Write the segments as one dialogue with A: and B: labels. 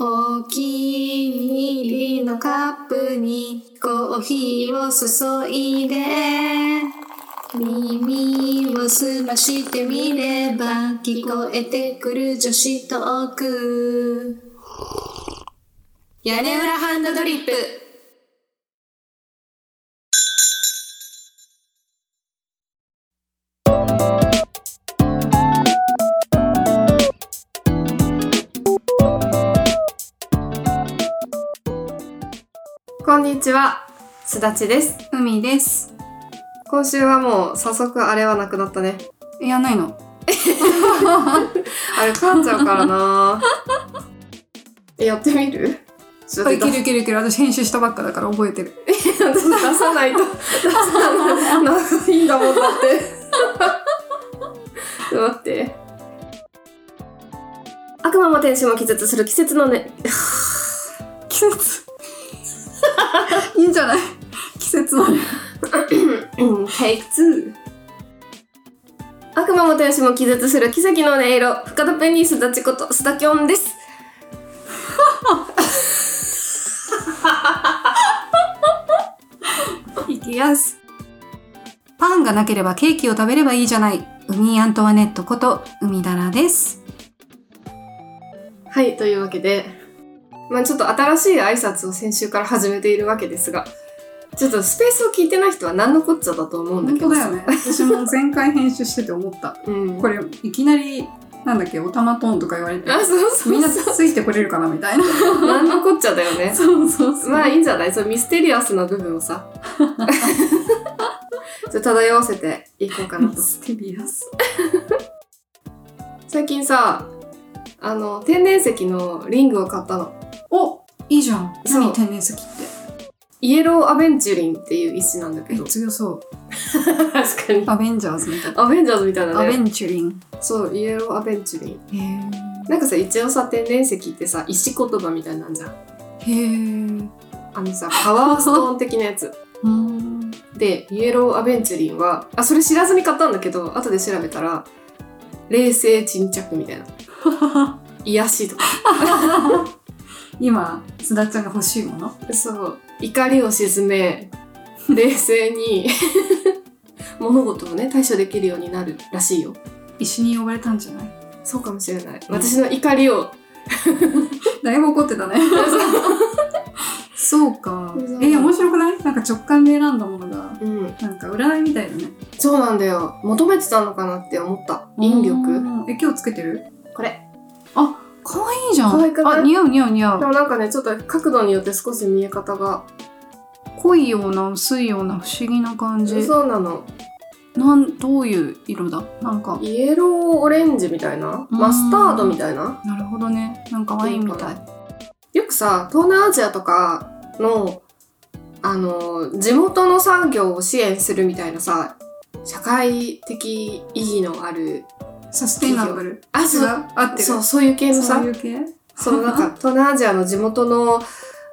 A: お気に入りのカップにコーヒーを注いで耳を澄ましてみれば聞こえてくる女子トーク屋根裏ハンドドリップ
B: こんにちは、すだちです。
C: 海です。
B: 今週はもう早速あれはなくなったね。
C: いや、ないの。
B: あれ噛んじゃうからなえやってみ るちょっ
C: あ、
B: と
C: いけ
B: 出
C: るいけるいける。私編集したばっかだから覚えてる。
B: 出さないと、出さないと、いいんだもんだって。ち ょっと待って。悪魔も天使も気絶する季節のね、
C: 季節。いいんじゃない季節のね。
B: うん、Take two 悪魔も天使も気絶する奇跡の音色深田ペニースダチことスダキョンです
C: いきやす。パンがなければケーキを食べればいいじゃない。海アントワネットこと海だらです。
B: はいというわけで、まあ、ちょっと新しい挨拶を先週から始めているわけですがちょっとスペースを聞いてない人は何のこっちゃだと思うんだけどさ、
C: ね。私も前回編集してて思った。
B: うん、
C: れ、いきなり、なんだっけ、おたまトーンとか言われ
B: あそうそう
C: みんなついてこれるかなみたいな。
B: 何のこっちゃだよね
C: そうそうそう。
B: まあいいんじゃないそのミステリアスな部分をさ ちょっと漂わせていこうかなと
C: ステビアス。
B: 最近さあの天然石のリングを買ったの
C: おいいじゃん。
B: そう
C: 何天然石って。
B: イエローアベンチュリンっていう石なんだけ
C: え、
B: ど
C: 強そう。
B: 確かに
C: アベンジャーズみたい
B: アベンジャーズみたい
C: な。ア
B: な
C: ベ
B: ね
C: ンチュリン。
B: そうイエローアベンチュリン
C: へー
B: なんかさ一応さ天然石ってさ石言葉みたいなんじゃん
C: へー
B: あのさパワーストーン的なやつ
C: うーん。
B: でイエローアベンチュリンはあそれ知らずに買ったんだけど後で調べたら冷静沈着みた いな癒しとか
C: 今、すだちゃんが欲しいもの
B: そう怒りを鎮め冷静 に物事をね対処できるようになるらしいよ
C: 石に呼ばれたんじゃない
B: そうかもしれない、
C: ん
B: 私の怒りを
C: だいぶ怒ってたね。 そうか
B: そう。
C: え、面白くないなんか直感で選んだものが、
B: うん
C: なんか占いみたいだね。
B: そうなんだよ求めてたのかなって思った引
C: う
B: 力
C: んえ、今日つけてる
B: これ
C: あ、可愛いじゃん。
B: 可愛くない
C: あ、似合う似合う似合
B: で
C: う。
B: もなんかねちょっと角度によって少し見え方が
C: 濃いような薄いような不思議な感じ。
B: そうなの
C: なん、どういう色だなんか。
B: イエローオレンジみたいな
C: うん
B: マスタードみたいな
C: なるほどね。なんかワインみたい。
B: よくさ東南アジアとかのあの地元の産業を支援するみたいなさ社会的意義のある
C: サステイナブル。
B: あ
C: 違う
B: そう
C: 合ってる。
B: そうそういう系の
C: そ
B: さ
C: ういう系
B: そのなん か東南アジアの地元の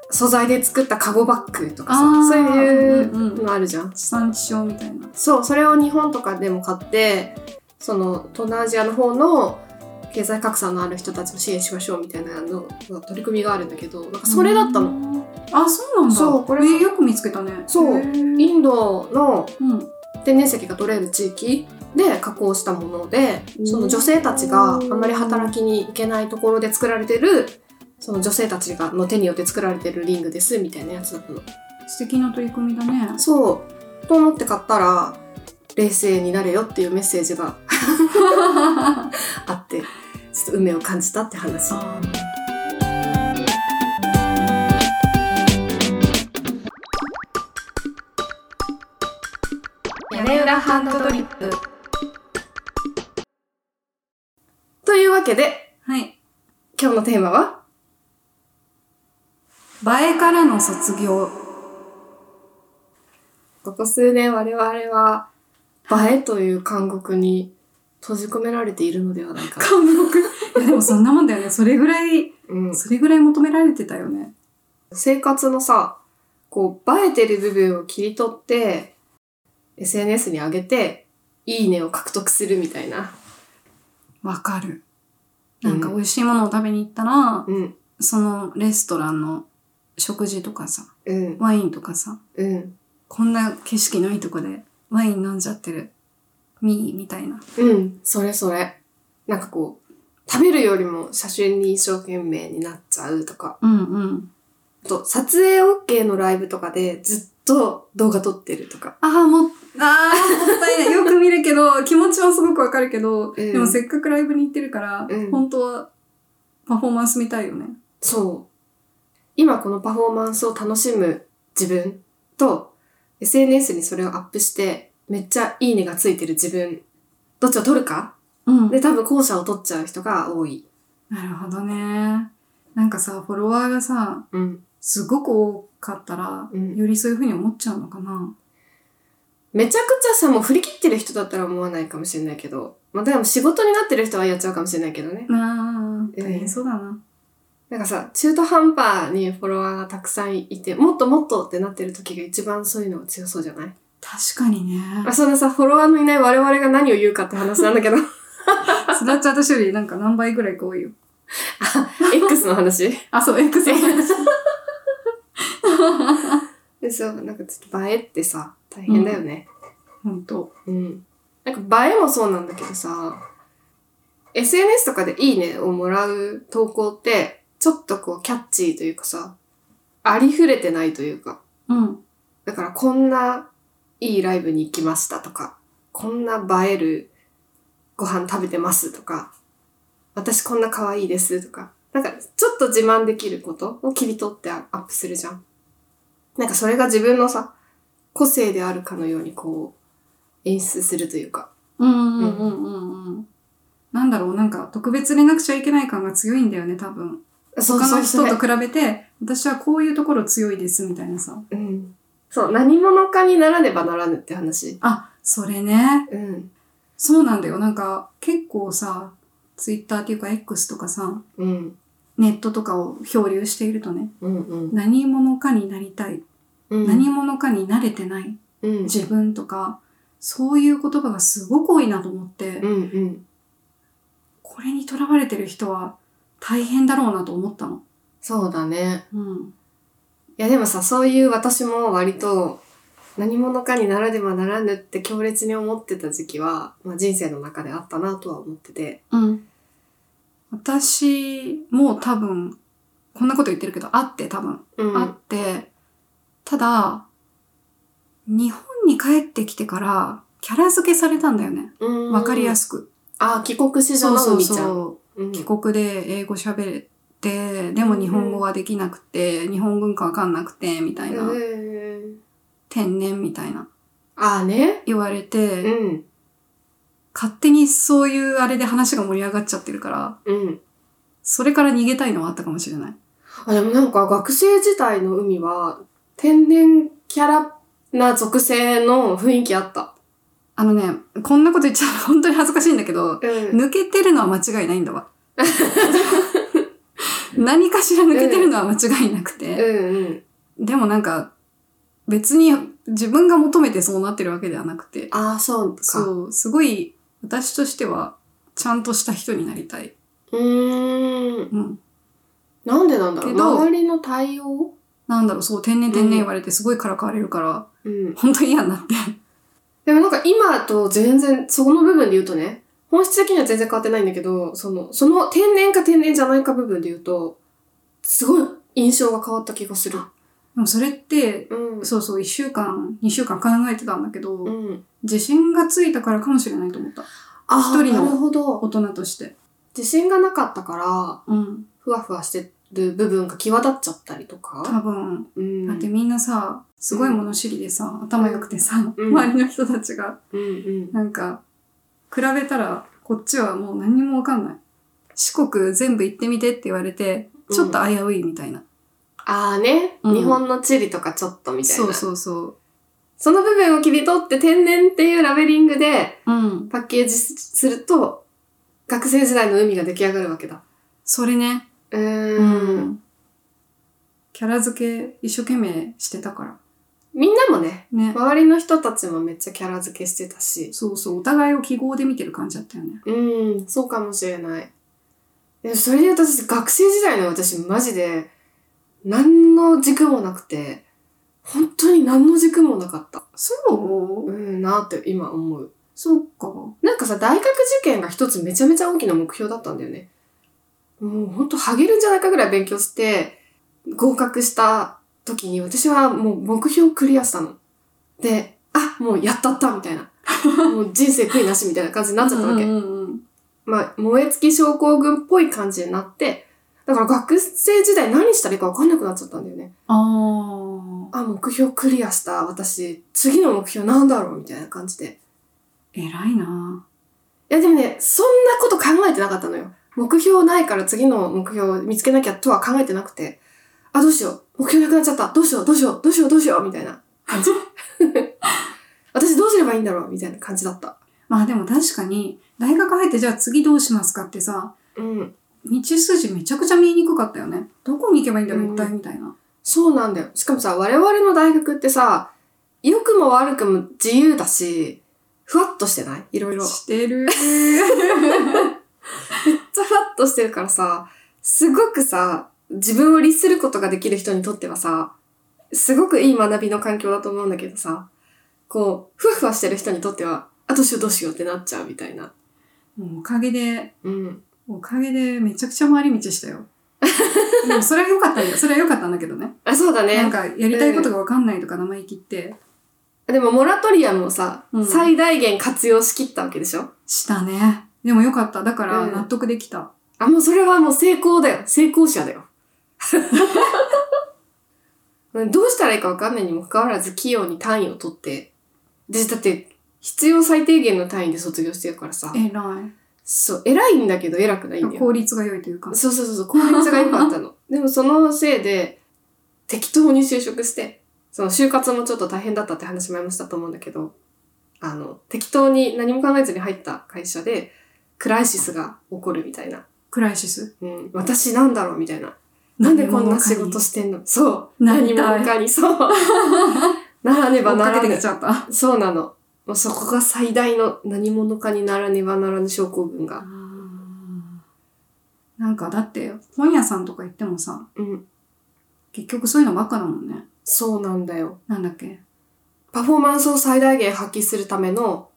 B: 素材で作ったカゴバッグとかさ
C: あー
B: そういううんのあるじゃん、
C: 地産地消みたいな。
B: そうそれを日本とかでも買ってその東南アジアの方の経済格差のある人たちを支援しましょうみたいなのの取り組みがあるんだけどなんかそれだったの、
C: の。あ、そうなんだ。
B: そうこれ
C: えーよく見つけたね。
B: そう
C: へー
B: インドの
C: うん。
B: 天然石が取れる地域で加工したものでその女性たちがあんまり働きに行けないところで作られてるその女性たちがの手によって作られてるリングですみたいなやつだったの。
C: 素敵な取り組みだね。
B: そうと思って買ったら冷静になれよっていうメッセージ があってちょっと運命を感じたって話
C: あ
A: 屋根裏ハンドドリップ
B: というわけで
C: ーはい。
B: 今日のテーマは
C: 映えからの卒業。
B: ここ数年我々は「映え」という監獄に閉じ込められているのではないかな、
C: 監獄。いやでもそんなもんだよね。それぐらい、
B: うん、
C: それぐらい求められてたよね。
B: 生活のさこう映えてる部分を切り取って SNS に上げて「いいね」を獲得するみたいな、
C: わかる。なんか美味しいものを食べに行ったら、
B: うん、
C: そのレストランの食事とかさ、
B: うん。
C: ワインとかさ、
B: うん。
C: こんな景色のいいとこでワイン飲んじゃってる。ミーみたいな。
B: うん。それそれ。なんかこう、食べるよりも写真に一生懸命になっちゃうとか。
C: うんうん。
B: あと、撮影 OK のライブとかでずっと動画撮ってるとか。
C: ああ、もう、ああ、もったいない。よく見るけど、 気持ちはすごくわかるけど、
B: うん
C: でもせっかくライブに行ってるから、
B: うん
C: 本当はパフォーマンス見たいよね。
B: そう。今このパフォーマンスを楽しむ自分と、SNS にそれをアップして、めっちゃいいねがついてる自分、どっちを撮るか
C: うん
B: で、多分後者を取っちゃう人が多い。
C: なるほどね。なんかさ、フォロワーがさ、
B: うん。
C: すごく多かったら、
B: うん
C: よりそういう風に思っちゃうのかな。
B: めちゃくちゃさ、もう振り切ってる人だったら思わないかもしれないけど、まあでも仕事になってる人はやっちゃうかもしれないけどね。
C: あ
B: え
C: あ、
B: え
C: 大変そうだな。
B: なんかさ、中途半端にフォロワーがたくさんいて、もっともっとってなってる時が一番そういうのが強そうじゃない
C: 確かに ね。
B: まあそんなさ、フォロワーのいない我々が何を言うかって話なんだけ ど、
C: スナッチ私よりなんか何倍ぐらい多いよ。
B: X の話。
C: あ、そう、X の 話。
B: でそう、なんかちょっと映えってさ、大変だよね。
C: ほんと。
B: うん。なんか映えもそうなんだけどさ、SNS とかでいいねをもらう投稿って、ちょっとこうキャッチーというかさ、ありふれてないというか、
C: うん。
B: だからこんないいライブに行きましたとか、こんな映えるご飯食べてますとか、私こんな可愛いですとか、なんかちょっと自慢できることを切り取ってアアップするじゃん。なんかそれが自分のさ、個性であるかのようにこう、演出するというか。
C: うんうんうんうんうん。なんだろう、なんか特別になくちゃいけない感が強いんだよね、多分。
B: そう
C: 他
B: そ
C: の
B: う
C: 人
B: そ
C: と
B: う。
C: 比べて、私はこういうところ強いです、みたいなさ。
B: うん。そう、何者かにならねばならぬって話。
C: あ、それね。
B: うん。
C: そうなんだよ。なんか、結構さ、ツイッターっていうか X とかさ、
B: うん。
C: ネットとかを漂流しているとね、
B: うんうん。
C: 何者かになりたい。
B: うん、
C: 何者かになれてない。
B: うん。
C: 自分とか、そういう言葉がすごく多いなと思って、
B: うんうん。
C: これにとらわれてる人は大変だろうなと思ったの。
B: そうだね。
C: うん。
B: いやでもさ、そういう私も割と何者かにならねばならぬって強烈に思ってた時期は、まあ、人生の中であったなとは思ってて。
C: うん。私も多分、こんなこと言ってるけど、あって多分、
B: うん
C: あって、ただ、日本に帰ってきてから、キャラ付けされたんだよね。わかりや
B: すい。
C: すく。
B: あ、帰国子女
C: そう
B: の
C: そう
B: 海ちゃん。
C: そうう。
B: ん
C: 帰国で英語喋れて、でも日本語ができなくて、日本文化わかんなくて、みたいな、
B: うん
C: 天然みたいな、
B: ああね。
C: 言われ
B: う
C: て、
B: ん。
C: 勝手にそういうあれで話が盛り上がっちゃってるから、
B: うん。
C: それから逃げたいのはあったかもしれない。
B: あ、でもなんか学生時代の海は天然キャラな属性の雰囲気あった。
C: あのね、こんなこと言っちゃう本当に恥ずかしいんだけど、
B: うん。
C: 抜けてるのは間違いないんだわ。何かしら抜けてるのは間違いなく
B: う
C: て。
B: んうん。
C: でもなんか、別に自分が求めてそうなってるわけではなくて、
B: ああ、そうか。
C: そう、すごい私としては、ちゃんとした人になりたい。
B: うーん。
C: うん。
B: なんでなんだろう。
C: けど
B: 周りの対応
C: なんだろう、そう、天然天
B: うん
C: 然言われてすごいからかわれるから、
B: うん。
C: 本当に嫌になって。
B: でもなんか今と全然、そこの部分で言うとね、本質的には全然変わってないんだけど、その、その天然か天然じゃないか部分で言うと、すごい印象が変わった気がする。
C: でもそれって、
B: うん。
C: そうそう、一週間、二週間考えてたんだけど、
B: うん。
C: 自信がついたからかもしれないと思った。
B: あ
C: 一
B: ー
C: 人の
B: なるほど。
C: 大人として。
B: 自信がなかったから、
C: うん。
B: ふわふわしてる部分が際立っちゃったりとか。
C: 多分、
B: うん。
C: だってみんなさ、すごい物知りでさ、頭良くてさ、
B: うん
C: 周りの人たちが、
B: うんうん。
C: なんか、比べたら、こっちはもう何にもわかんない。四国全部行ってみてって言われて、
B: うん
C: ちょっと危ういみたいな。
B: ああね、
C: うん
B: 日本の地理とかちょっとみたいな。
C: そうそうそ
B: その部分を切り取って天然っていうラベリングで
C: う。うん。
B: パッケージすると、学生時代の海が出来上がるわけだ。
C: それね。
B: うー。
C: うんキャラ付け一生懸命してたから。
B: みんなもね、
C: ね。
B: 周りの人たちもめっちゃキャラ付けしてたし、
C: そうそう。お互いを記号で見てる感じだったよね。
B: うん、そうかもしれない。えそれで私、学生時代の私、マジで、何の軸もなくて、本当に何の軸もなかった。
C: そうう
B: うんなーって今思う。
C: そうか。
B: なんかさ、大学受験が一つめちゃめちゃ大きな目標だったんだよね。もうほんと、ハゲるんじゃないかぐらい勉強して、合格した時に私はもう目標クリアしたの。で、あ、もうやったったみたいな。 もう人生悔いなしみたいな感じになっちゃったわけ。
C: うんうんうん
B: まあ、燃え尽き症候群っぽい感じになって、だから学生時代何したらいいか分かんなくなっちゃったんだよね。
C: ああ。
B: あ、目標クリアした、私、次の目標なんだろうみたいな感じで。
C: 偉いな。
B: いやでもね、そんなこと考えてなかったのよ。目標ないから次の目標を見つけなきゃとは考えてなくて、あ、どうしよう。目標なくなっちゃった。どうしよう、どうしよう、どうしよう、どうしよう、みたいな感 じ。私どうすればいいんだろうみたいな感じだった。
C: まあでも確かに、大学入ってじゃあ次どうしますかってさ、
B: うん。
C: 道筋めちゃくちゃ見えにくかったよね。どこに行けばいいんだろう、
B: うん
C: 一体みたいな。
B: そうなんだよ。しかもさ、我々の大学ってさ、良くも悪くも自由だし、ふわっとしてないいろいろ。
C: してる。
B: めっちゃふわっとしてるからさ、すごくさ、自分を律することができる人にとってはさ、すごくいい学びの環境だと思うんだけどさ、こう、ふわふわしてる人にとっては、あ、どうしようどうしようってなっちゃうみたいな。
C: もうおかげで、
B: うん。
C: おかげでめちゃくちゃ回り道したよ。でもそれは良かったよ。それは良かったんだけどね。
B: あ、そうだ
C: なん
B: ね。
C: かやりたいことが分かんないとか生意気って
B: でも、モラトリアムをさ、
C: うん
B: 最大限活用しきったわけでしょ
C: したね。でも良かった。だから
B: うん
C: 納得できた。
B: あ、もうそれはもう成功だよ。成功者だよ。 どうしたらいいかわかんないにもかかわらず、器用に単位を取って、で、だって、必要最低限の単位で卒業してるからさ。
C: え
B: そう、偉いんだけど偉くないんだよ。
C: 効率が良いというか。
B: そうそうそうそう、効率が良かった の。でもそのせいで、適当に就職して、その就活もちょっと大変だったって話前もしたと思うんだけど、あの、適当に何も考えずに入った会社で、クライシスが起こるみたいな。
C: クライシス。
B: うん、私なんだろうみたいな。なんでこんな仕事してんのそう。
C: なり
B: 何も
C: たい
B: 他に、そう。 ならねば
C: 追っ
B: な
C: からけて
B: ぬ
C: きちゃった。あ
B: そうなの。もうそこが最大の何者かにならねばならぬ症候群が。
C: ーなんかだって本屋さんとか行ってもさ、
B: うん。
C: 結局そういうのばっかだもんね。
B: そうなんだよ。
C: なんだっけ
B: パフォーマンスを最大限発揮するための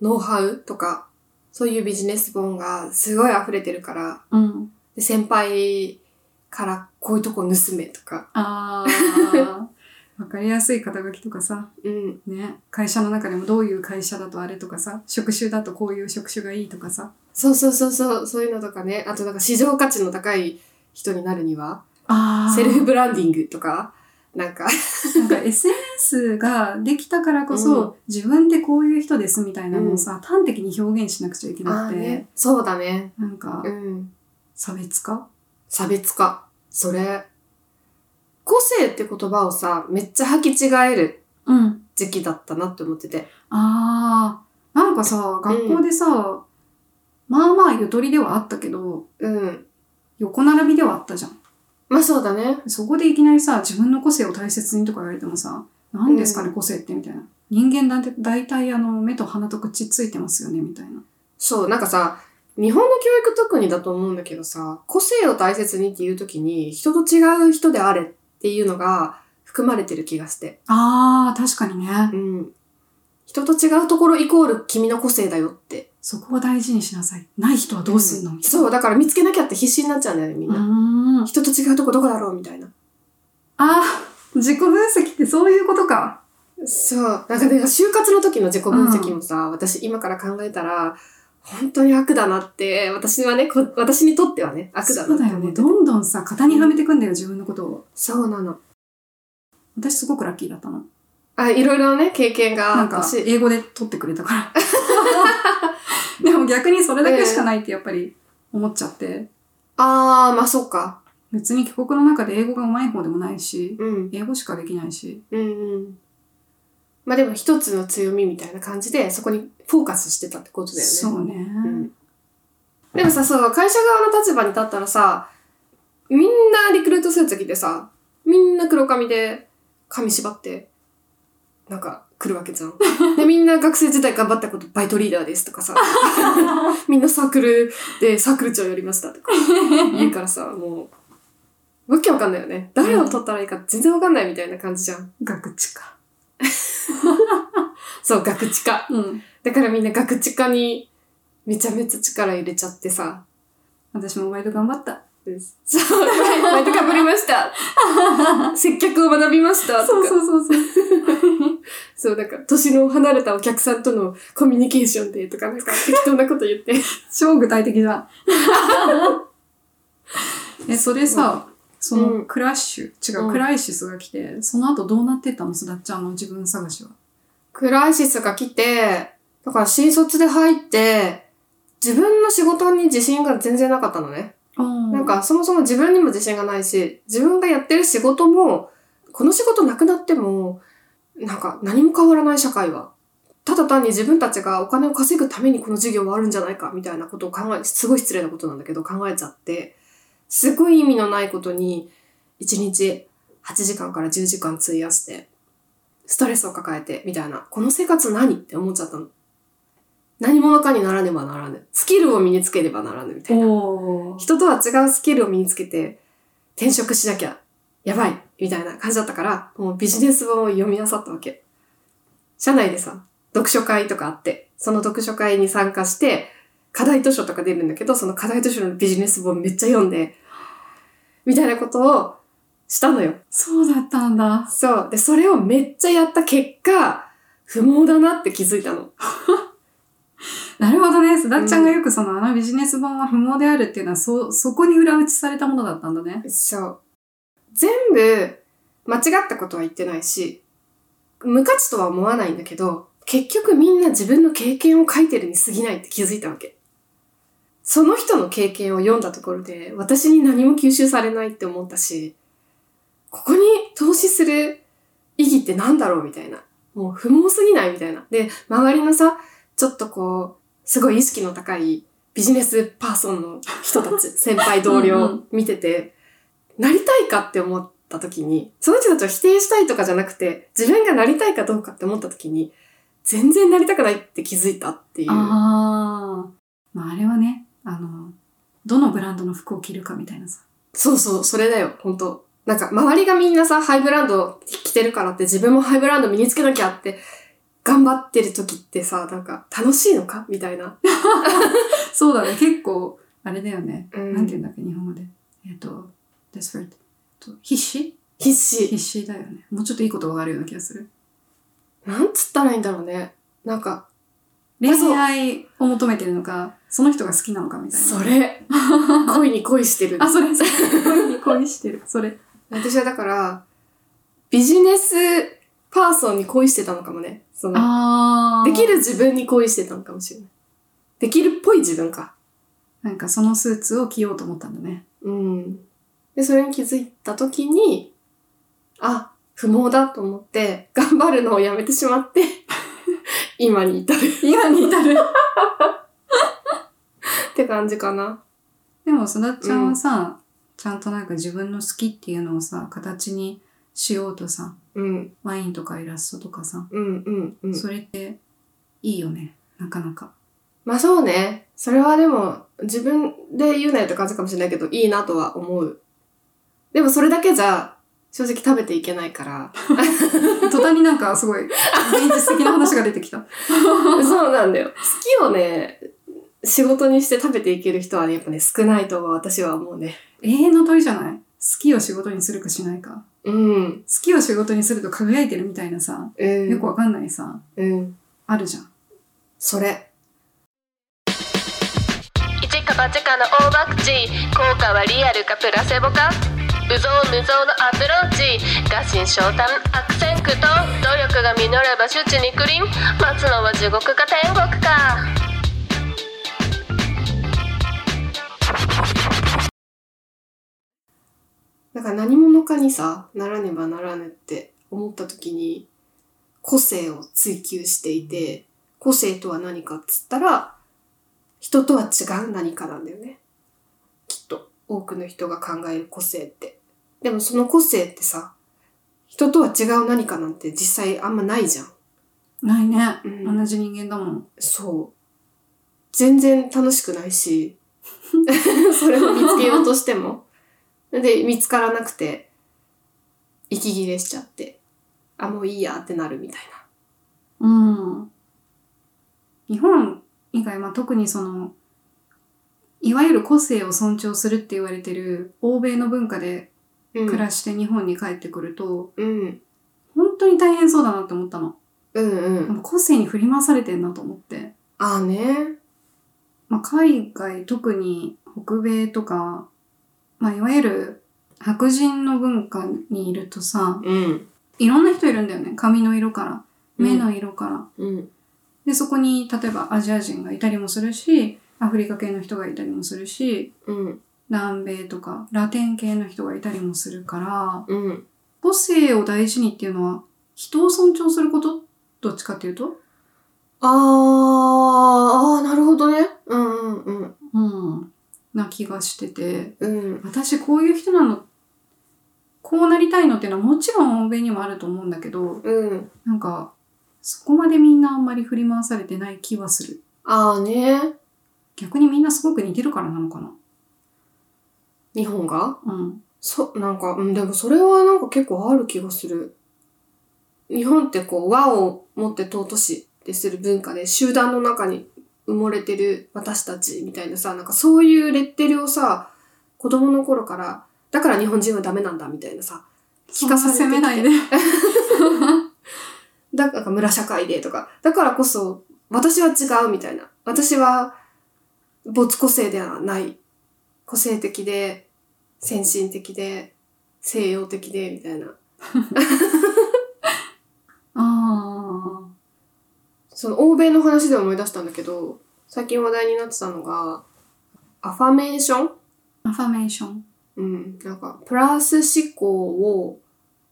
B: ノウハウとか、そういうビジネス本がすごい溢れてるから、
C: うん。
B: で先輩からこういうとこ盗めとか、
C: あ あ。わかりやすい肩書きとかさ、
B: うん、
C: ね。会社の中でもどういう会社だとあれとかさ、職種だとこういう職種がいいとかさ。
B: そうそうそうそう、そういうのとかね、あとなんか市場価値の高い人になるには、
C: あ
B: セルフブランディングとか、なんか、
C: なんか SNS ができたからこそ、
B: う
C: 自分でこういう人ですみたいなのをさ、端的に表現しなくちゃいけなくて、、
B: そうだね、
C: なんか
B: うん、
C: 差別化
B: 差別化、それ、個性って言葉をさ、めっちゃ履き違える
C: うん。
B: 時期だったなって思ってて、
C: あー、なんかさ、学校でさ、まあまあゆとりではあったけど、
B: うん、
C: 横並びではあったじゃん。
B: まあそうだね、
C: そこでいきなりさ、自分の個性を大切にとか言われてもさ、何ですかね、
B: うん
C: 個性ってみたいな。人間だって大体あの、目と鼻と口ついてますよね、みたいな。
B: そう、なんかさ、日本の教育特にだと思うんだけどさ、個性を大切にっていう時に、人と違う人であれっていうのが含まれてる気がして。
C: あー、確かにね。
B: うん。人と違うところイコール君の個性だよって。
C: そこを大事にしなさい。ない人はどうすんの、みたいな。
B: そう、だから見つけなきゃって必死になっちゃうんだよね、みん
C: う
B: な。
C: ーん。
B: 人と違うとこどこだろうみたいな。
C: あ、自己分析ってそういうことか。
B: そう。なんかね、就活の時の自己分析もさ、私今から考えたら、本当に悪だなって、私はね、こ私にとってはね、悪だ
C: そ
B: な
C: う
B: って
C: だよ
B: 思
C: ね。
B: ってて
C: どんどんさ、型にはめてくんだよ、自分のことを。
B: そうなの。
C: 私すごくラッキーだったの。
B: あ、いろいろね、経験が
C: な
B: あ
C: ん
B: った
C: か
B: し、、
C: 英語で取ってくれたから。 でも逆にそれだけしかないってやっぱり思っちゃって。
B: あー、まあそうか。
C: 別に帰国の中で英語が上手い方でもないし、
B: うん。
C: 英語しかできないし。
B: うんうん。まあでも一つの強みみたいな感じで、そこにフォーカスしてたってことだよね。
C: そうね。
B: んでもさ、そう、会社側の立場に立ったらさ、みんなリクルートスーツ着てさ、みんな黒髪で、髪縛って、なんか、来るわけじゃん。で、みんな学生時代頑張ったこと、バイトリーダーですとかさ、みんなサークルでサークル長やりましたとか言うからさ、もう、わけわかんないよね。誰を取ったらいいか全然わかんないみたいな感じじゃん。
C: 学知か。
B: そう、学知化。
C: うん。
B: だからみんな学知化にめちゃめちゃ力入れちゃってさ、
C: 私もバイト頑張った。
B: そう、バイトかぶりま した。接客を学びました。とか
C: そうそうそう。
B: そう、なんか、年の離れたお客さんとのコミュニケーションでとか、 なんか適当なこと言って。
C: 超具体 的だ。え、それさ、そのクラッシュ、違
B: う
C: う、
B: ん
C: クライシスが来て、その後どうなってったのすだっちゃんの自分探しは。
B: クライシスが来て、だから新卒で入って、自分の仕事に自信が全然なかったのね。
C: な
B: なん、か、そもそも自分にも自信がないし、自分がやってる仕事も、この仕事なくなっても、なんか何も変わらない社会は。ただ単に自分たちがお金を稼ぐためにこの事業はあるんじゃないかみたいなことを考え、すごい失礼なことなんだけど考えちゃって、すごい意味のないことに、1日8時間から10時間費やして、ストレスを抱えて、みたいな、この生活何って思っちゃったの。何者かにならねばならぬ。スキルを身につけねばならぬ、みたいな。
C: おー
B: 人とは違うスキルを身につけて転職しなきゃやばいみたいな感じだったから、もうビジネス本を読み漁ったわけ。社内でさ、読書会とかあって、その読書会に参加して、課題図書とか出るんだけど、その課題図書のビジネス本めっちゃ読んで、みたいなことをしたのよ。
C: そうだったんだ。
B: そう。で、それをめっちゃやった結果、不毛だなって気づいたの。
C: なるほどね。すだっちゃんがよくその、あのビジネス本は不毛であるっていうのは、そ、そこに裏打ちされたものだったんだね。
B: そう。全部間違ったことは言ってないし、無価値とは思わないんだけど、結局みんな自分の経験を書いてるに過ぎないって気づいたわけ。その人の経験を読んだところで、私に何も吸収されないって思ったし、ここに投資する意義ってなんだろうみたいな。もう不毛すぎないみたいな。で、周りのさ、ちょっとこう、すごい意識の高いビジネスパーソンの人た ち、先輩同
C: うんう
B: 僚見てて、なりたいかって思った時に、その人たちを否定したいとかじゃなくて、自分がなりたいかどうかって思った時に、全然なりたくないって気づいたっていう。
C: ああ。まあ、あれはね、あの、どのブランドの服を着るかみたいなさ。
B: そうそう、それだよ、本当なんか、周りがみんなさ、ハイブランド着てるからって、自分もハイブランド身につけなきゃって、頑張ってる時ってさ、なんか、楽しいのかみたいな。
C: そうだね。結構、あれだよね。
B: うん
C: なんて言うんだっけ、日本語で。えっと、desperate。と必死
B: 必死。
C: 必死だよね。もうちょっといい言葉があるような気がする。
B: なんつったらいいんだろうね。なんか、
C: 恋
B: そう
C: 愛を求めてるのか、その人が好きなのかみたいな。
B: そ れ。恋に恋してる。
C: あ、それ、それ。恋に恋してる。それ。
B: 私はだから、ビジネスパーソンに恋してたのかもね。その、
C: あ
B: できる自分に恋してたのかもしれない。できるっぽい自分か。
C: なんかそのスーツを着ようと思ったんだね。
B: うん。で、それに気づいたときに、あ、不毛だと思って、頑張るのをやめてしまって、 今に 至る。今に至る。って感じかな。
C: でも、すだっちゃんはさ、ちゃんとなんか自分の好きっていうのをさ、形にしようとさ、
B: うん、
C: ワインとかイラストとかさ、
B: うん、うん、うん。
C: それっていいよね。なかなか。
B: まあそうね。それはでも、自分で言うなよって感じかもしれないけど、いいなとは思う。でもそれだけじゃ、正直食べていけないから。
C: 途端になんかすごい、現実的な話が出てきた。
B: そうなんだよ。好きをね、仕事にして食べていける人はね、やっぱね、少ないと私は思うね。
C: 永遠の問いじゃない好きを仕事にするかしないか。
B: うん。
C: 好きを仕事にすると輝いてるみたいなさ、
B: うん。
C: よくわかんないさ、
B: うん。
C: あるじゃん。
B: それ。
D: 一か八かの大ワクチン効果はリアルかプラセボか無造無造のアプローチ合心昇胆悪戦苦闘努力が実れば周知にクリン待つのは地獄か天国か
B: なんか何者かにさ、ならねばならぬって思った時に、個性を追求していて、個性とは何かっつったら、人とは違う何かなんだよね。きっと、多くの人が考える個性って。でもその個性ってさ、人とは違う何かなんて実際あんまないじゃん。
C: ないね、
B: うん
C: 同じ人間だもん。
B: そう。全然楽しくないし、 それを見つけようとしても。で、見つからなくて、息切れしちゃって、あ、もういいやってなるみたいな。
C: うん。日本以外、まあ、特にその、いわゆる個性を尊重するって言われてる欧米の文化で
B: うん
C: 暮らして日本に帰ってくると、
B: うん。
C: 本当に大変そうだなって思ったの。
B: うんうん。
C: 個性に振り回されてんなと思って。
B: ああね。
C: まあ、海外、特に北米とか、まあ、いわゆる白人の文化にいるとさ、
B: うん。
C: いろんな人いるんだよね。髪の色から、
B: うん
C: 目の色から。
B: うん。
C: で、そこに、例えばアジア人がいたりもするし、アフリカ系の人がいたりもするし、
B: うん。
C: 南米とかラテン系の人がいたりもするから、
B: うん。
C: 個性を大事にっていうのは、人を尊重することどっちかっていうと
B: あーあー、なるほどね。うんうんうん。
C: うん。な気がしてて、
B: うん。
C: 私こういう人なの、こうなりたいのっていうのはもちろん欧米にもあると思うんだけど、
B: うん。
C: なんか、そこまでみんなあんまり振り回されてない気はする。
B: ああね。
C: 逆にみんなすごく似てるからなのかな。
B: 日本が
C: うん。
B: そ、なんか、うん、でもそれはなんか結構ある気がする。日本ってこう、和を持って尊しってする文化で、集団の中に埋もれてる私たちみたいなさ、なんかそういうレッテルをさ、子供の頃から、だから日本人はダメなんだみたいなさ、
C: 聞かさせめないで。
B: だから村社会でとか、だからこそ、私は違うみたいな。私は、没個性ではない。個性的で、先進的で、西洋的で、みたいな。
C: あ
B: その欧米の話で思い出したんだけど、最近話題になってたのが、アファメーション
C: あ、アファメーション。
B: うん。なんか、プラス思考を、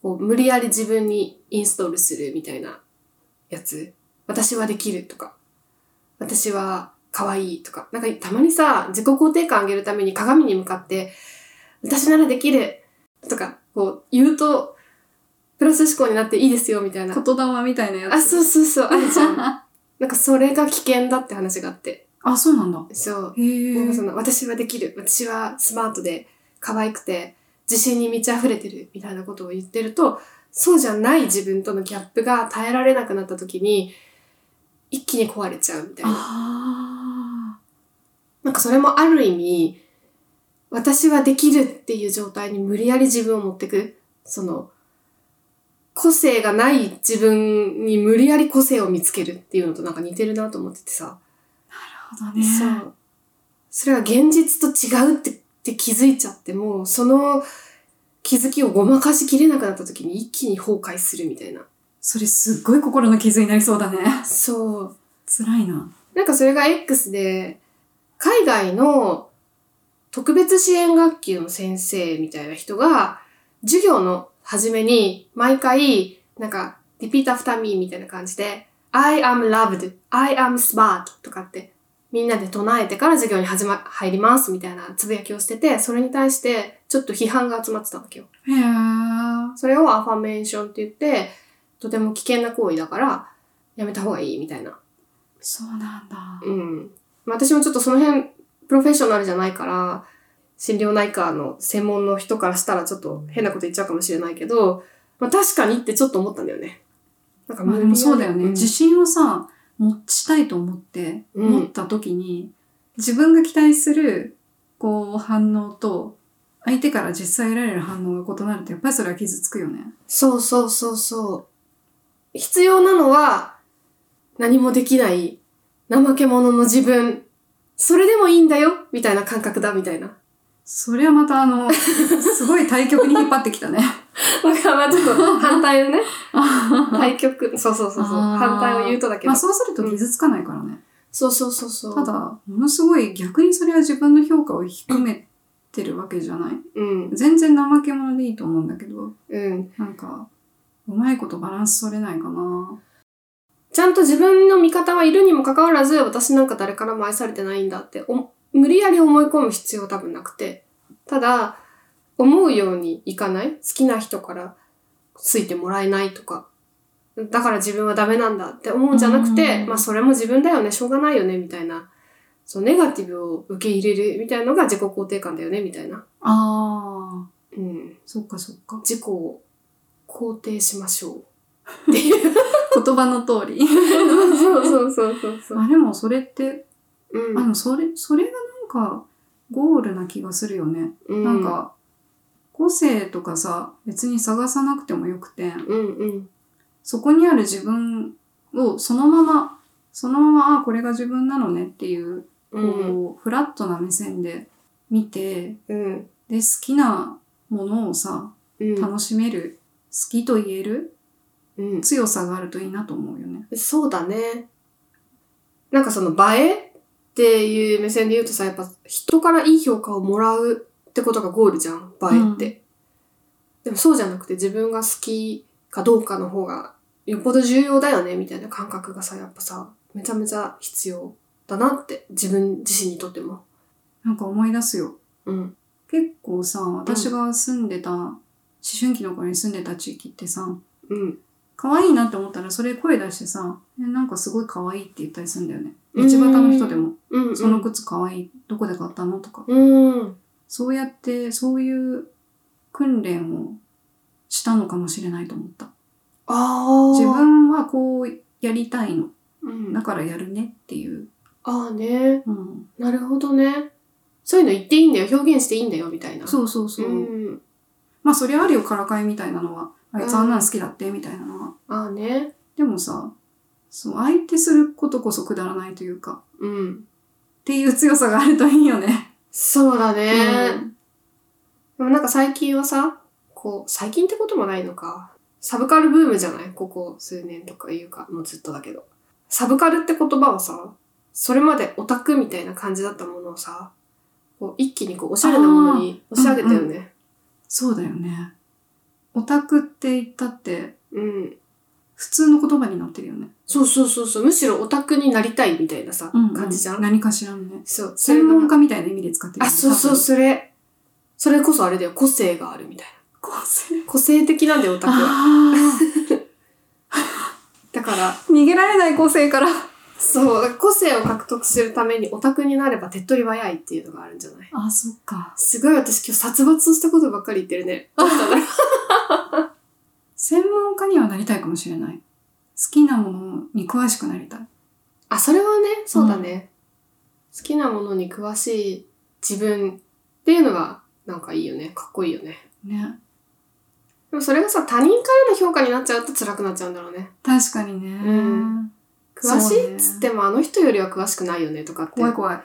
B: こう、無理やり自分にインストールするみたいなやつ。私はできるとか。私は可愛いとか。なんか、たまにさ、自己肯定感上げるために鏡に向かって、私ならできるとか、こう、言うと、プラス思考になっていいですよみたいな。
C: 言霊みたいなやつ。
B: あ、そうそうそう、あるじゃん。
C: あ、
B: なんか、それが危険だって話があって。
C: そうなんだ。
B: そう。
C: へえ。
B: なんかそ
C: うん
B: の私はできる私はスマートで可愛くて自信に満ち溢れてるみたいなことを言ってるとそうじゃない自分とのギャップが耐えられなくなった時に一気に壊れちゃうみたいな
C: あ
B: なんかそれもある意味私はできるっていう状態に無理やり自分を持ってくその個性がない自分に無理やり個性を見つけるっていうのとなんか似てるなと思っててさ
C: あ。なるほどね。
B: そ。う。それは現実と違うってって気づいちゃってもう、その気づきをごまかしきれなくなった時に一気に崩壊するみたいな。
C: それすっごい心の傷になりそうだね。
B: そう。
C: 辛いな。
B: なんかそれが X で、海外の特別支援学級の先生みたいな人が、授業の初めに毎回、なんか、repeat after me みたいな感じで、I am loved, I am smart とかって、みんなで唱えてから授業に始ま、入りますみたいなつぶやきをしてて、それに対してちょっと批判が集まってたわけよ。
C: へえ。あ
B: それをアファメーションって言って、とても危険な行為だから、やめた方がいいみたいな
C: そうなんだ。
B: うん。まあ私もちょっとその辺、プロフェッショナルじゃないから、心療内科の専門の人からしたらちょっと変なこと言っちゃうかもしれないけど、まあ確かにってちょっと思ったんだよね。なんか
C: まあでもそうだよね。
B: ん
C: 自信をさ、持ちたいと思って、
B: うん
C: 持った時に、自分が期待する、こう、反応と、相手から実際得られる反応が異なると、やっぱりそれは傷つくよね。
B: そうそうそうそう。必要なのは、何もできない、怠け者の自分、それでもいいんだよ、みたいな感覚だ、みたいな。
C: それはまたあ の、すごい対局に引っ張ってきたね。
B: まあまあちょっと反対 のね、対極、そうそうそうそう、
C: あー
B: 反対を言うとだけど。
C: まあそうすると傷つかないからね。
B: そうそうそうそう。
C: ただ、ものすごい逆にそれは自分の評価を低めてるわけじゃない。
B: うん。
C: 全然怠け者でいいと思うんだけど、
B: うん。
C: なんか、うまいことバランス取れないかな。
B: ちゃんと自分の味方はいるにもかかわらず、私なんか誰からも愛されてないんだって、お無理やり思い込む必要は多分なくて。ただ、思うようにいかない好きな人から好いてもらえないとか、だから自分はダメなんだって思うんじゃなくて、
C: うん
B: まあそれも自分だよね、しょうがないよね、みたいな。そう、ネガティブを受け入れるみたいなのが自己肯定感だよね、みたいな。
C: ああ、
B: うん。
C: そっかそっか。
B: 自己を肯定しましょう。
C: 言葉の通り。
B: そうそうそうそうそう。
C: あ、でもそれって、
B: う
C: あ、でもそれ、それがなんか、ゴールな気がするよね。
B: ん
C: なん、か、個性とかさ、別に探さなくてもよくて、
B: うんうん。
C: そこにある自分をそのまま、そのまま、あこれが自分なのねっていう、こ
B: うん。
C: う、フラットな目線で見て、
B: うん。
C: で、好きなものをさ、
B: うん
C: 楽しめる、好きと言える
B: うん。
C: 強さがあるといいなと思うよね。
B: そうだね。なんかその映えっていう目線で言うとさ、やっぱ人からいい評価をもらうってことがゴールじゃん、映えって。でもそうじゃなくて自分が好きかどうかの方がよっぽど重要だよね、みたいな感覚がさ、やっぱさ、めちゃめちゃ必要だなって、自分自身にとっても。
C: なんか思い出すよ。
B: うん。
C: 結構さ、私が住んでた、思春期の頃に住んでた地域ってさ、
B: うん。
C: 可愛いなって思ったらそれ声出してさ、えなんかすごい可愛いって言ったりするんだよね。
B: う
C: 道
B: ん
C: 端の人でも、
B: うん、うん。
C: その靴可愛い、どこで買ったのとか。
B: うん。
C: そうやって、そういう訓練をしたのかもしれないと思った。
B: ああ。
C: 自分はこうやりたいの。
B: うん
C: だ。からやるねっていう。
B: ああね。
C: うん、
B: なるほどね。そういうの言っていいんだよ、表現していいんだよ、みたいな。う。
C: そうそうそう。
B: うん。
C: まあそれあるよ、からかいみたいなのは。あいつ
B: うん
C: あんなん好きだって、みたいなのは。
B: ああね。
C: でもさ、そう、相手することこそくだらないというか、
B: うん。
C: っていう強さがあるといいよね。
B: そうだね。
C: うん
B: でもなんか最近はさ、こう、最近ってこともないのか。サブカルブームじゃないここ数年とかいうか、もうずっとだけど。サブカルって言葉はさ、それまでオタクみたいな感じだったものをさ、こう一気にこうおしゃれなものに押し上げたよね。
C: そうだよね。オタクって言ったって、
B: うん。
C: 普通の言葉になってるよね。
B: そうそうそうそう。むしろオタクになりたいみたいなさ、感じじゃん。
C: 何かしらのね。
B: そう。
C: 専門家みたいな意味で使ってるよ
B: あ、
C: ね。
B: そうそう、
C: 多分
B: それ。それこそあれだよ、個性があるみたい
C: 個性。
B: な。個性的なんだよ、オタクは。
C: あ
B: だから、
C: あ、逃げられない個性から。
B: そう、個性を獲得するためにオタクになれば手っ取り早いっていうのがあるんじゃない
C: あ、そっか。
B: すごい私今日殺伐をしたことばっかり言ってる ね。どうしたんだろう
C: 専門家にはなりたいかもしれない。好きなものに詳しくなりたい。
B: あ、それはね、そうだね。好きなものに詳しい自分っていうのがなんかいいよね。かっこいいよね。
C: ね。
B: でもそれがさ、他人からの評価になっちゃうと辛くなっちゃうんだろうね。
C: 確かにね。
B: うん詳し
C: そう
B: い
C: ね
B: っつってもあの人よりは詳しくないよねとかって
C: 怖い怖い。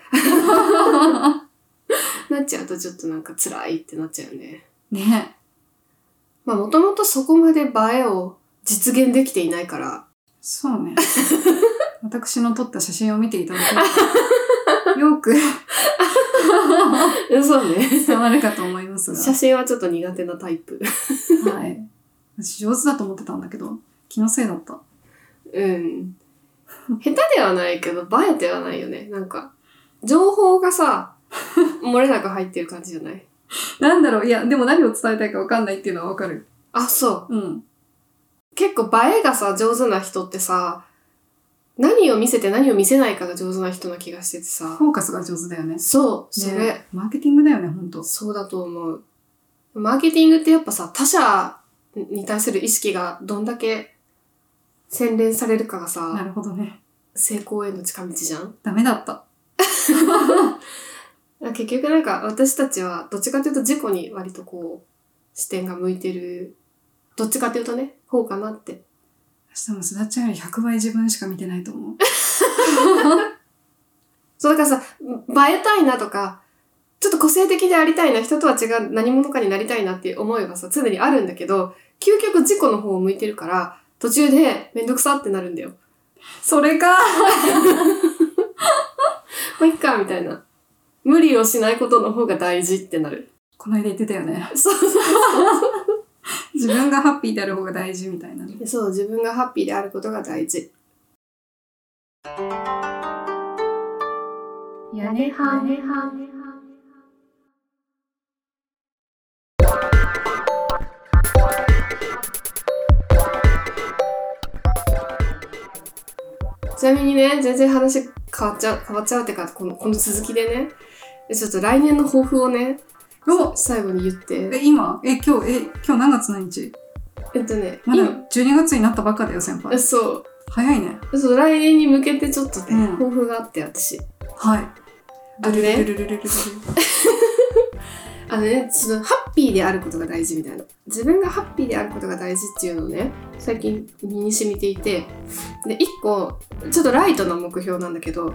B: なっちゃうとちょっとなんか辛いってなっちゃうよね。
C: ね。
B: まあもともとそこまで映えを実現できていないから、
C: そう ね。私の撮った写真を見ていただけれ ばよく
B: そうね。
C: 伝わるかと思います
B: 写真はちょっと苦手なタイプ。
C: が。はい。私上手だと思ってたんだけど、気のせいだった。
B: うん。下手ではないけど、映えてはないよね。なんか、情報がさ、漏れなく入ってる感じじゃない
C: なんだろう、いや、でも何を伝えたいかわかんないっていうのはわかる。
B: あ、そう。
C: うん。
B: 結構映えがさ、上手な人ってさ、何を見せて何を見せないかが上手な人な気がしててさ。
C: フォーカスが上手だよね。
B: そう、それ。
C: ねマーケティングだよね、ほんと。
B: そうだと思う。マーケティングってやっぱさ、他者に対する意識がどんだけ洗練されるかが
C: な
B: さ、
C: るほどね。
B: 成功への近道じゃん。だか
C: ダメだった。
B: ら結局なんか私たちはどっちかというと自己に割とこう、視点が向いてる、どっちかというとね、方かなって。
C: 明日もすだちゃんより100倍自分しか見てないと思う。
B: そうだからさ、映えたいなとか、ちょっと個性的でありたいな、人とは違う何者かになりたいなっていう思いはさ、常にあるんだけど、究極自己の方を向いてるから、途中でめんどくさってなるんだよ。
C: それか
B: まあ、いっか、みたいな。無理をしないことの方が大事ってなる。
C: この間言ってたよね。
B: そう
C: 自分がハッピーである方が大事みたいなね。
B: そう、自分がハッピーであることが大事。
D: 屋根はねは
B: ちなみにね、全然話変わっちゃう、変わっちゃうってか、この、この続きでね、ちょっと来年の抱負をね、
C: お
B: 最後に言って、
C: え、今え、今日、え、今日何月何日
B: えっとね、
C: まだ12月になったばっかだよ、先
B: 今、
C: 輩。
B: そ
C: 早いね。
B: う、そう、来年に向けてちょっとね、
C: うん
B: 抱負があって、私。
C: はい。
B: あれね
C: ルルルルルルル
B: あのね、その、ハッピーであることが大事みたいな。自分がハッピーであることが大事っていうのをね、最近身に染みていて、で、一個、ちょっとライトな目標なんだけど、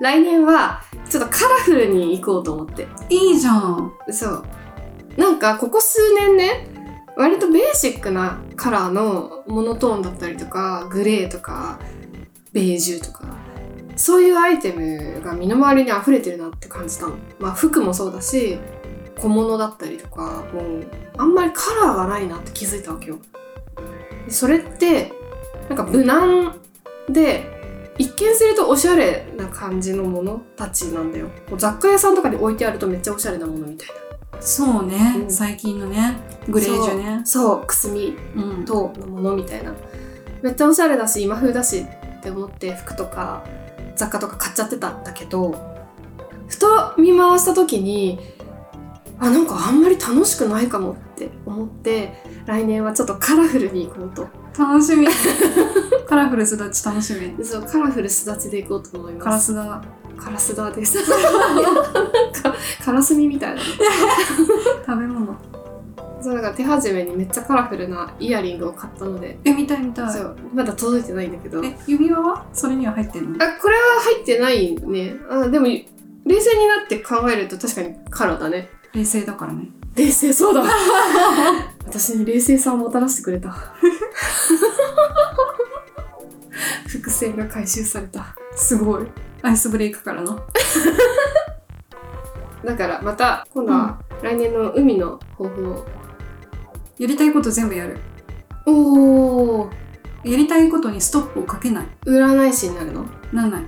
B: 来年は、ちょっとカラフルに行こうと思って。
C: いいじゃん。
B: そう。なんか、ここ数年ね、割とベーシックなカラーのモノトーンだったりとか、グレーとか、ベージュとか、そういうアイテムが身の回りに溢れてるなって感じたの。まあ、服もそうだし、小物だったりとか、もう、あんまりカラーがないなって気づいたわけよ。でそれって、なんか無難で、一見するとおしゃれな感じのものたちなんだよ。こう雑貨屋さんとかに置いてあるとめっちゃおしゃれなものみたいな。
C: そうね、
B: うん
C: 最近のね、グレージュね。
B: そうくすみ
C: うん。
B: とのものみたいなめっちゃおしゃれだし今風だしって思って服とか雑貨とか買っちゃってたんだけどふと見回した時にあなんかあんまり楽しくないかもって思って来年はちょっとカラフルに行こうと
C: 楽しみ。カラフル育ち楽しみ。
B: そうカラフルすだちで行こうと思います
C: カラスだ。
B: カラスだですなんかカラスミみたいな
C: 食べ物。
B: そうなんか手始めにめっちゃカラフルなイヤリングを買ったので、
C: え、見たい見た
B: そ
C: い。
B: うまだ届いてないんだけど
C: え、指輪はそれには入ってんの
B: あこれは入ってないねあでも冷静になって考えると確かにカラーだね
C: 冷静だからね。
B: 冷静そうだ 私に冷静さをもたらしてく れた伏線が回収された
C: すごい。アイスブレイクからの。
B: だからまた今度は来年の海の抱負を、
C: やりたいこと全部やる。
B: おお
C: やりたいことにストップをかけない。
B: 占い師になるの
C: なんない。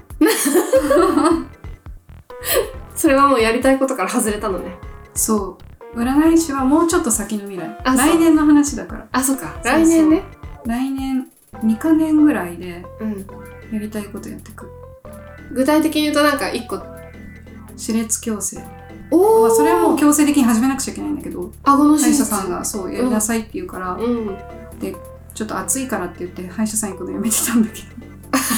B: それはもうやりたいことから外れたのね
C: そう。占い師はもうちょっと先の未来。
B: あそう
C: 来年の話だから。
B: あそうか
C: そうそう
B: 来年ね
C: 来年、2か年ぐらいで
B: うん
C: やりたいことやってく。
B: 具体的に言うとなんか一個
C: 歯列矯正。
B: お
C: まあ、それはもう強制的に始めなくちゃいけないんだけど
B: 顎の
C: 歯
B: 手
C: 医者
B: 術
C: さんがそうやりなさいって言うから、
B: うん
C: ちょっと暑いからって言って歯医者さん行くのやめてたんだけ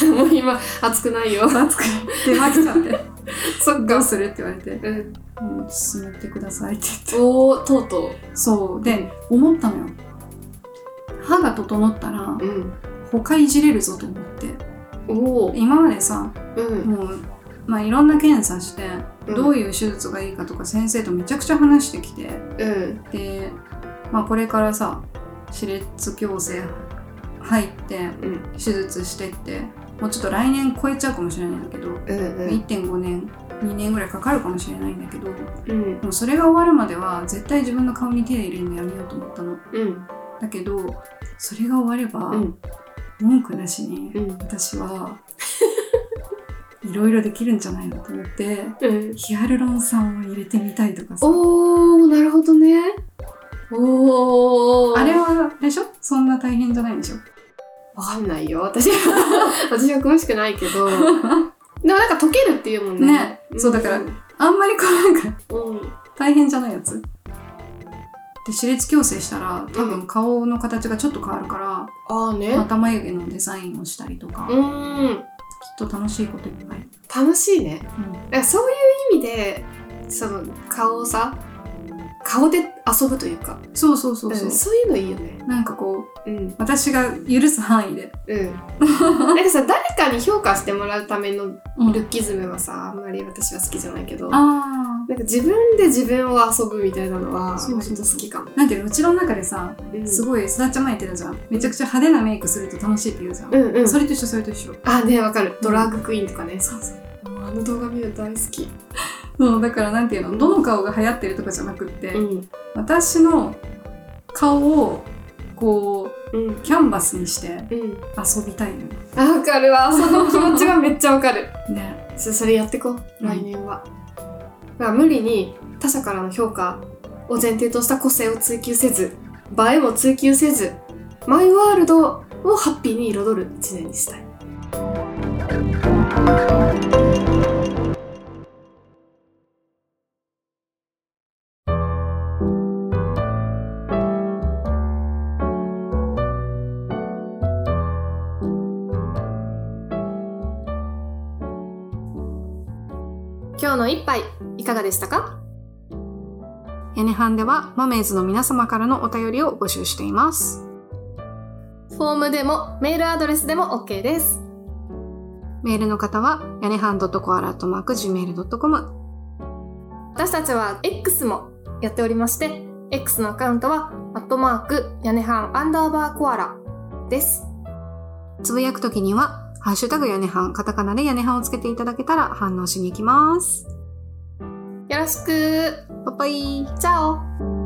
C: ど
B: もう今熱くないよ
C: 暑くて出まきちゃ って
B: そっ
C: どう
B: か。
C: するって言われて
B: うん。
C: 「もう進めてください」って言って
B: おお、とうと
C: そうで思ったのよ歯が整ったら
B: う。うん。
C: 他いじれるぞと思って
B: おお。
C: 今までさ
B: うん。
C: もうまあいろんな検査してどう
B: い
C: いう手術がいいかとか先生とめちゃくちゃ話してきて
B: うん。
C: でまあこれからさ歯列矯正入って
B: うん。
C: 手術してってもうちょっと来年超えちゃうかもしれないんだけど、
B: うん。
C: 1.5年2年ぐらいかかるかもしれないんだけど
B: うん。
C: もうそれが終わるまでは絶対自分の顔に手入れるのやめようと思ったの
B: うん。
C: だけどそれが終われば、
B: うん。
C: 文句なしに、
B: うん。
C: 私はいろいろできるんじゃないのと思って
B: うん。
C: ヒアルロン酸を入れてみたいとかさ
B: おお、なるほどね。おお。
C: あれはあれでしょそんな大変じゃないでしょ
B: わかんないよ。私は、 私は詳しくないけど。でもなんか溶けるっていうもんね。
C: ねそうだからあんまりこうなんか
B: うん。
C: 大変じゃないやつで歯列矯正したら多分顔の形がちょっと変わるから、
B: ああね。
C: 頭眉毛のデザインをしたりとか、
B: う
C: きっ
B: ーん。
C: と楽しいこといっぱい、
B: 楽しいね。
C: うん
B: だからそういう意味で、その顔をさ、顔で遊ぶというか。
C: そうそうそうそうう、
B: んそういうのいいよね。
C: なんかこう
B: うん。
C: 私が許す範囲で、
B: うん。なんかさ、誰かに評価してもらうための
C: うん
B: ルッキズムはさ、あんまり私は好きじゃないけど、なんか
C: あ
B: 自分で自分を遊ぶみたいなのは、
C: そう
B: 割
C: そう
B: と好きかも。
C: あなんていうのうちの中でさ
B: うん
C: すごいすだちゃん前言ってたじゃんめちゃくちゃ派手なメイクすると楽しいって言うじゃん、
B: うんうん。
C: それと一緒それと一緒
B: あ、ね、わかる。ドラッグクイーンとかね。
C: そうそう
B: もうあの動画見るの大好き。
C: そうだからなんていうのどの顔が流行ってるとかじゃなくって、
B: ん。
C: 私の顔をこ
B: うん
C: う。キャンバスにして
B: うん。
C: 遊びたいのよ
B: あ、わかるわ。その気持ちはめっちゃわかる。
C: ね
B: そそれやってこう、
C: うん
B: 来年は。だから無理に他者からの評価を前提とした個性を追求せず、映えも追求せず、マイワールドをハッピーに彩る一年にしたい。今日の一杯いかがでしたか
A: 屋根班ではマメーズの皆様からのお便りを募集しています。
B: フォームでもメールアドレスでも OK です
A: メールの方は、屋根班 .coala.gmail.com。
B: 私たちは X もやっておりまして、X のアカウントは、アットマーク、屋根半アンダーバーコアラです。
A: つぶやくときには、ハッシュタグ屋根班、カタカナで屋根班をつけていただけたら反応しに行きます。
B: よろしく
A: バイバイ。
B: チャオ